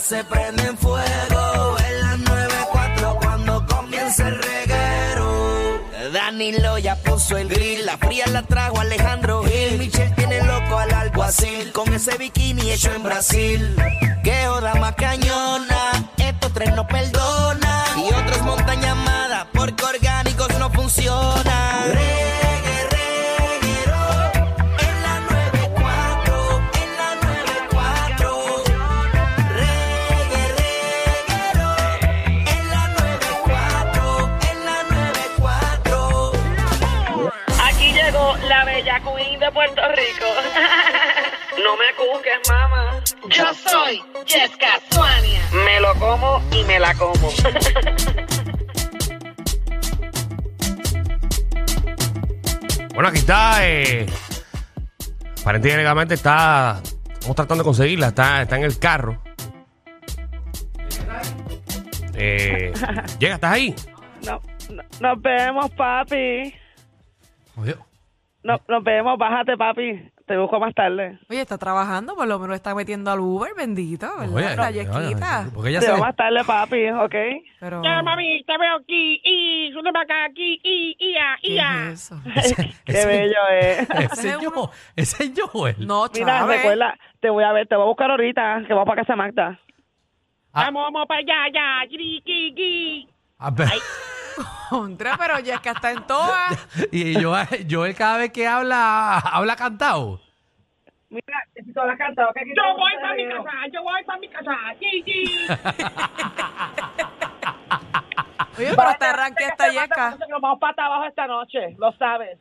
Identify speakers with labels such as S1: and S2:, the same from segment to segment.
S1: se prenden fuego. En las 94 cuando comienza el reguero. Danilo ya puso el grill, la fría la trajo Alejandro Gil. Michel tiene loco al alguacil con ese bikini hecho en Brasil. Qué joda más cañona, estos tres no perdonan. Y otros montan llamadas porque orgánicos no funcionan. Reggae, reguero, en la 94, en la 94. Reggae, reguero, en la 94, en la 94.
S2: Aquí llegó la bella queen de Puerto Rico. No me juzgues, mamá. Yo soy Jessica Suania. Me lo como y me la como.
S3: Bueno, aquí está. Eh, aparentemente está. Estamos tratando de conseguirla. Está, está en el carro. Eh, llega, ¿estás ahí?
S4: No, no- nos vemos, papi. No- nos vemos, bájate, papi. Te busco más tarde.
S5: Oye, está trabajando, por lo menos está metiendo al Uber, bendito, ¿verdad?
S6: Oye,
S5: La
S6: oye,
S5: yesquita.
S6: oye, porque ella
S4: Te
S6: se
S4: veo más tarde, papi, ¿ok?
S5: Pero,
S7: Ya, mami, te veo aquí. Y sube para acá, aquí. Y, y, ya, y,
S5: ¿qué
S7: ya.
S5: es eso?
S4: Qué bello es.
S6: Ese es Joel. Ese es Joel.
S5: No,
S4: Mira,
S5: Chávez.
S4: recuerda, te voy a ver, te voy a buscar ahorita, que vamos para casa de Magda.
S6: Ah.
S7: Vamos, vamos para allá, ya. Gri, gri, gri.
S3: Ah,
S6: A ver,
S5: Contra, pero Yesca está en toa.
S6: Y Joel, Joel cada vez que habla, habla cantado.
S4: Mira, si tú has cantado, que
S7: Yo voy para mi casa, yo voy para mi casa. Gri, gri.
S5: Oye, pero está arranque esta Yesca.
S4: Nos vamos para abajo esta noche, lo sabes.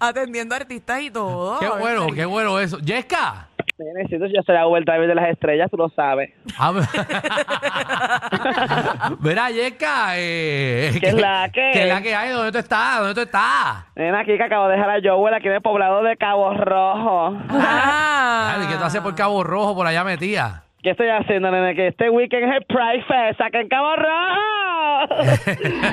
S5: Atendiendo artistas y todo.
S6: Qué
S5: A ver,
S6: bueno,
S5: María.
S6: qué bueno eso. Yesca.
S4: Necesito yo ser la vuelta de las estrellas, tú lo sabes.
S6: A ver. Ah, Mira, Yesca. eh,
S4: ¿Qué es la que?
S6: ¿Qué es la que hay? ¿Dónde tú estás? ¿Dónde tú estás?
S4: Ven aquí que acabo de dejar a Joel aquí en el poblado de Cabo Rojo.
S5: Ah.
S6: Ay, ¿Qué tú haces por Cabo Rojo por allá metida?
S4: ¿Qué estoy haciendo, nene? Que este weekend es el Pride Fest, acá en Cabo Rojo.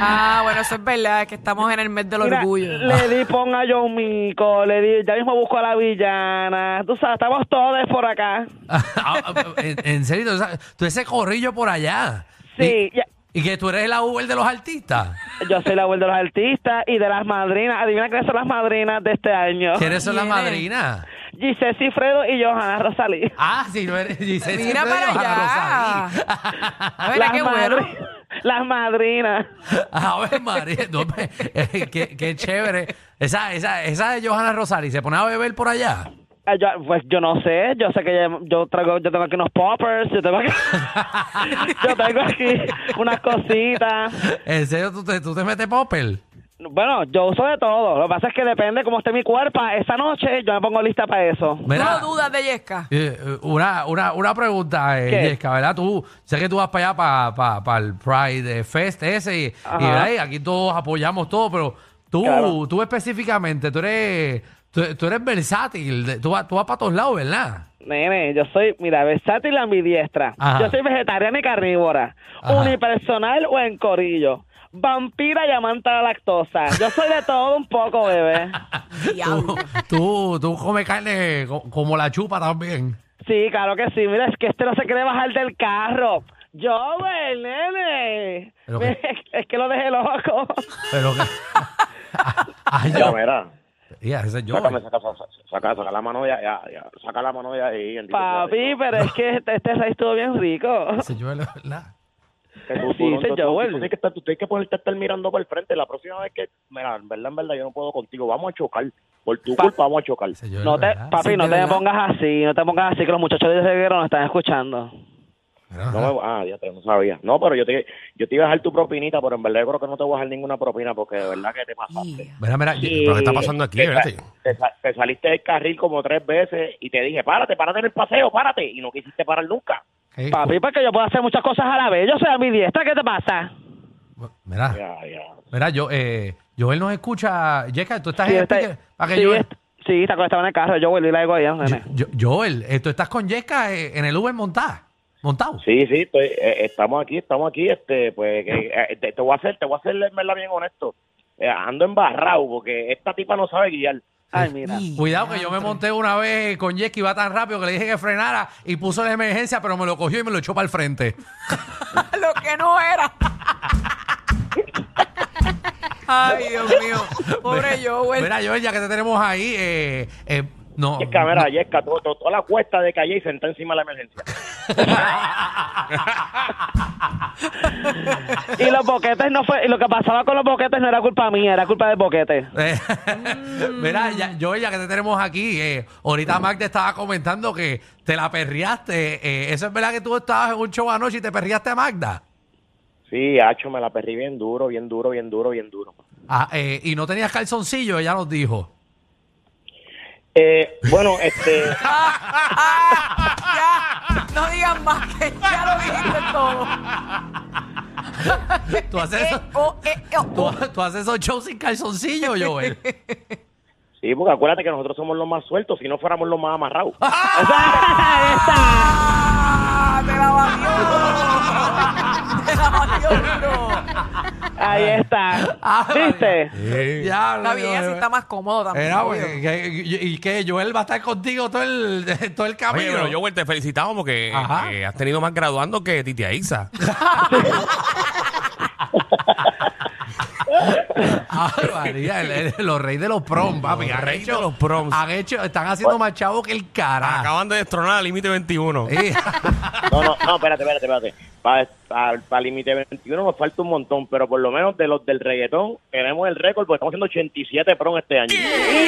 S5: Ah, bueno, eso es verdad, que estamos en el mes del
S4: Mira,
S5: orgullo.
S4: le di pon a John Mico, le di, ya mismo busco a la villana. Tú sabes, estamos todos por acá.
S6: Ah, en, en serio, tú sabes- tú ese corrillo por allá.
S4: Sí, ya-
S6: Y, y que tú eres la Uber de los artistas.
S4: yo soy la abuela de los artistas y de las madrinas. Adivina quiénes son las madrinas de este año.
S6: ¿Quiénes son las
S5: ¿Quiénes?
S6: madrinas?
S4: Giselle Cifredo y Johanna Rosalí.
S6: Ah, sí, no eres "Ah, Giselle
S5: Mira
S6: Cifredo,
S5: para
S6: Ana
S5: allá. A ver, Ah, qué bueno.
S4: madri- Las madrinas.
S6: Rosalí. A ver, María, no, pe- eh, qué, qué chévere. Esa, esa, esa de Johanna Rosari, ¿se pone a beber por allá?
S4: Ah, yo- pues yo no sé, yo sé que ya- yo traigo, yo tengo aquí unos poppers, yo tengo aquí, yo tengo aquí unas cositas.
S6: ¿En serio tú te, tú te metes popper?
S4: Bueno, yo uso de todo. Lo que pasa es que depende cómo esté mi cuerpo. Esa noche yo me pongo lista para eso.
S5: No
S6: Mira,
S5: dudas de Yesca.
S6: eh, una, una, una pregunta, eh,
S4: ¿Qué?
S6: Yesca, ¿verdad? Tú, sé que tú vas para allá, para, para, para el Pride Fest ese, y, y,
S4: Ajá.
S6: ¿verdad? Y aquí todos apoyamos todo, pero tú,
S4: Claro.
S6: tú específicamente, tú eres, tú, tú eres versátil, de- tú, vas- tú vas para todos lados, ¿verdad?
S4: Nene, yo soy, mira, versátil y ambidiestra.
S6: Ajá.
S4: Yo soy vegetariana y carnívora.
S6: Ajá.
S4: Unipersonal o en corillo. Vampira y amante de la lactosa. Yo soy de todo un poco, bebé.
S5: Diablo.
S6: Tú, tú comes carne co- como la chupa también.
S4: Sí, claro que sí. Mira, es que este no se quiere bajar del carro. Yo, güey, nene.
S6: ¿Pero qué?
S4: Es que lo dejé loco.
S6: Pero que. Ay,
S8: Ya,
S6: yo.
S8: mira,
S6: Ya, ese es yo.
S8: sácame, saca, saca, saca, saca la mano ya, ya, ya, saca la mano ya ahí. bendito sea
S4: Papi,
S8: Dios.
S4: pero es que este, este raíz estuvo bien rico.
S6: Ese yo, la verdad.
S8: Que tú-
S4: sí,
S8: tú no- tú-
S4: señor,
S8: tú- tú
S4: bueno.
S8: tienes que estar- Tú tienes que ponerte a estar mirando para el frente. La próxima vez que, mira, en verdad, en verdad, yo no puedo contigo. Vamos a chocar. Por tu
S4: Pa-
S8: culpa, vamos a chocar.
S6: Ese yo,
S4: No
S6: la
S4: te,
S6: verdad.
S4: papi,
S5: Sí,
S4: no
S5: de
S4: te me
S5: verdad.
S4: pongas así, no te pongas así, que los muchachos de reguero nos están escuchando.
S6: Mira,
S8: No me- ah, ya te, no sabía. No, pero yo te, yo te iba a dejar tu propinita, pero en verdad yo creo que no te voy a dejar ninguna propina porque de verdad que te pasaste.
S6: Mira, mira,
S4: Sí.
S3: ¿Pero qué está pasando
S8: Eh,
S3: aquí? Espérate.
S8: Te, sa- te saliste del carril como tres veces y te dije, párate, párate en el paseo, párate. Y no quisiste parar nunca.
S6: qué-
S4: Papi, porque yo puedo hacer muchas cosas a la vez. Yo soy a mi diestra, ¿qué te pasa?
S5: Ah.
S6: Mira,
S8: Ya, ya.
S6: mira, yo, eh, Joel nos escucha. Yesca, tú estás
S4: Sí,
S6: en el
S4: está-
S6: speaker? ¿Para que
S4: sí,
S6: Joel?
S4: es- sí, está conectado en el carro, yo vuelvo y la digo ahí, nene.
S6: Yo- Joel, eh, tú estás con Yesca eh, en el Uber montado. Montado.
S8: Sí, sí, estoy- eh, estamos aquí, estamos aquí, este, pues, que, eh, te, te voy a hacer, te voy a hacer, en verdad, bien honesto, Eh, ando embarrado porque esta tipa no sabe guiar,
S4: Ay, mira.
S6: Cuidado que yo me monté una vez con Jack y iba tan rápido que le dije que frenara y puso la emergencia, pero me lo cogió y me lo echó para el frente.
S5: Lo que no era. Ay, Dios mío. Pobre Joel.
S6: Mira, Joel, ya que te tenemos ahí, eh, eh, no.
S8: Yesca, mira, Yesca, to- to- toda la cuesta de calle y sentá encima de la emergencia.
S4: Y los boquetes no fue, y lo que pasaba con los boquetes no era culpa mía, era culpa del boquete.
S6: Eh, Mira, ya, Joel, ya que te tenemos aquí, eh, ahorita Mac te estaba comentando que te la perriaste. eh, ¿Eso es verdad que tú estabas en un show anoche y te perriaste a Magda?
S8: Sí, hacho, me la perrí bien duro, bien duro, bien duro, bien duro.
S6: Ah, eh, y no tenías calzoncillo, ella nos dijo.
S8: Eh, bueno, este,
S5: Ah, Ya, no digan más que ya lo dijiste todo.
S6: Tú haces,
S5: Eh, oh, eh, oh,
S6: tú, tú haces esos shows sin calzoncillo, Joel.
S8: sí, porque acuérdate que nosotros somos los más sueltos, si no fuéramos los más amarrados.
S5: ah, te la batió. Te la batió duro.
S4: Ahí está. ¿Viste?
S6: Ya,
S5: Está bien, así está más cómodo también.
S6: Era,
S5: obvio.
S6: güey, que- y- y que Joel va a estar contigo todo el, todo el camino.
S3: Oye, pero Joel, te felicitamos porque eh,
S6: Ajá.
S3: eh, has tenido más graduando que Titia Isa.
S6: Ah, María, el- el- los reyes de los prom, papi.
S3: Los
S6: han
S3: reyes
S6: hecho-
S3: de los proms.
S6: Han hecho, están haciendo más chavos que el cara.
S3: Acaban de destronar al límite 21.
S6: Sí.
S8: No, no, no, espérate, espérate, espérate. Para límite 21 nos falta un montón, pero por lo menos de los del reggaetón tenemos el récord porque estamos haciendo 87 prom este año.
S4: ¡Y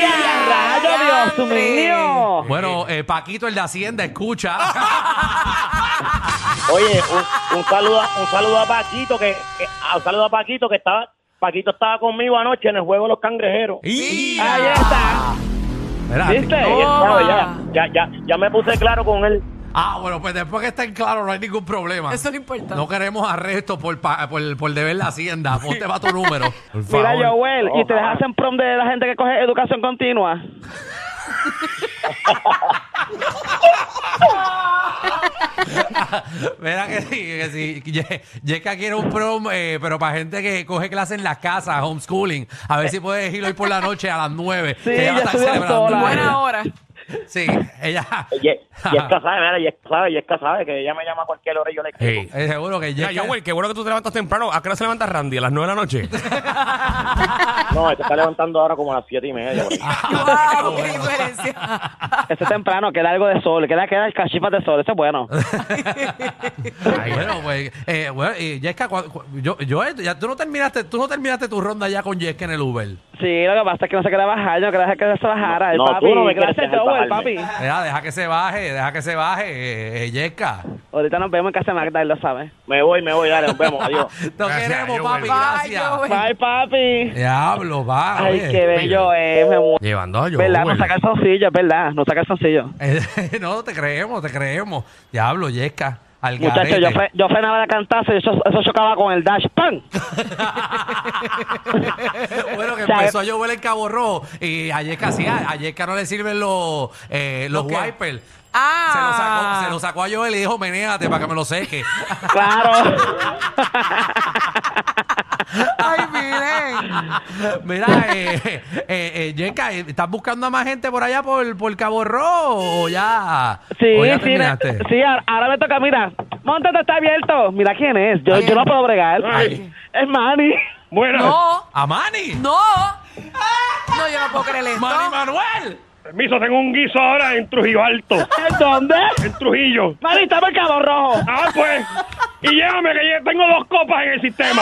S4: a rayo, Dios
S5: ¡Diantre!
S4: mío!
S6: bueno, eh, Paquito, el de Hacienda, escucha.
S8: Oye, un, un saludo, a- un saludo a Paquito que, que- a- un saludo a Paquito que estaba Paquito estaba conmigo anoche en el juego de los cangrejeros.
S3: Y-
S6: Ah,
S4: Ahí está.
S6: Mira,
S4: ¿Viste?
S8: Ahí estaba, ya,
S5: Toma.
S8: ya, ya, ya me puse claro con él.
S6: Ah, bueno, pues después que estén claros, no hay ningún problema.
S5: Eso es lo importante.
S6: No queremos arresto por, pa- por, por deber la Hacienda. Ponte va tu número.
S3: Por favor.
S4: Mira, Joel, ¿y te
S8: Ojalá.
S4: hacen prom de la gente que coge educación continua?
S6: Mira que sí, que sí. Ye- Yeka quiere un prom, eh, pero para gente que coge clases en las casas, homeschooling. A ver si puedes ir hoy por la noche a las 9.
S4: Sí, ya estudian sola.
S5: Buena hora.
S6: Sí, ella.
S8: Y, y es que sabe, mira, y es que sabe, y es que sabe que ella me llama a cualquier hora y yo le escribo.
S3: Hey.
S6: eh, seguro que
S3: Mira,
S6: Yeka.
S3: Joel, qué bueno que tú te levantas temprano. ¿A qué hora se levanta Randy? ¿A las 9 de la noche?
S8: No, se está levantando ahora como a las siete y media. por ahí.
S5: Wow, ah, qué diferencia.
S4: Ese temprano queda algo de sol, queda, queda el cachifas de sol, eso es bueno.
S6: Ay, bueno, pues, eh, bueno, y Yeka, cua- cua- yo, yo, eh, ya, tú no terminaste, tú no terminaste tu ronda ya con Yeka en el Uber.
S4: Sí, lo que pasa es que no se quería bajar, yo no quería dejar que se bajara. El
S8: No, tú
S4: papi,
S8: no me quieres
S4: gracias,
S8: dejar
S4: Joel,
S8: bajarme.
S4: papi.
S6: Deja, deja que se baje, deja que se baje, eh, eh, Yeka.
S4: Ahorita nos vemos en casa de Magda, él lo sabe.
S8: Me voy, me voy, dale, nos vemos, adiós.
S6: Nos
S3: Gracias,
S6: queremos,
S3: Joel.
S6: papi,
S3: Bye,
S6: gracias.
S5: Joel.
S4: Bye, papi.
S6: Diablo, va.
S4: Ay,
S6: Eh, oye.
S4: qué bello es, mi amor.
S3: Llevando a Joel.
S4: ¿Verdad? No saca el soncillo, es verdad. No saca el soncillo.
S6: Eh, no, te creemos, te creemos. Diablo, Yesca. Al
S4: Muchachos,
S6: garete.
S4: yo, fre- yo frenaba de cantazo y eso, eso chocaba con el dash. ¡Pam!
S6: bueno, que
S4: O sea,
S6: empezó a llover en Cabo Rojo y a Yesca sí, a a Yesca no le sirven los, eh, los
S5: ¿Los qué?
S6: wipers. Se lo,
S5: Ah.
S6: sacó, se lo sacó a Joel y dijo, menéate para que me lo seque.
S4: Claro.
S5: Ay, miren.
S6: Mira, eh, eh, eh, Yesca, eh, ¿estás buscando a más gente por allá por, por Cabo Rojo o ya,
S4: Sí,
S6: o ya
S4: sí, ne-
S6: terminaste?
S4: sí, a- ahora me toca, mira. Montate, está abierto. Mira quién es. Yo,
S5: Ay.
S4: yo no puedo bregar.
S6: Ay.
S4: Es Manny.
S8: Bueno,
S5: No,
S6: ¡A Manny!
S5: no. No, yo no puedo creer esto.
S6: ¡Manny Manuel!
S8: permiso, tengo un guiso ahora en Trujillo Alto,
S4: ¿En dónde?
S8: en Trujillo.
S4: Manny, está en Cabo Rojo.
S8: Ah, pues. Y llévame, que yo tengo dos copas en el sistema.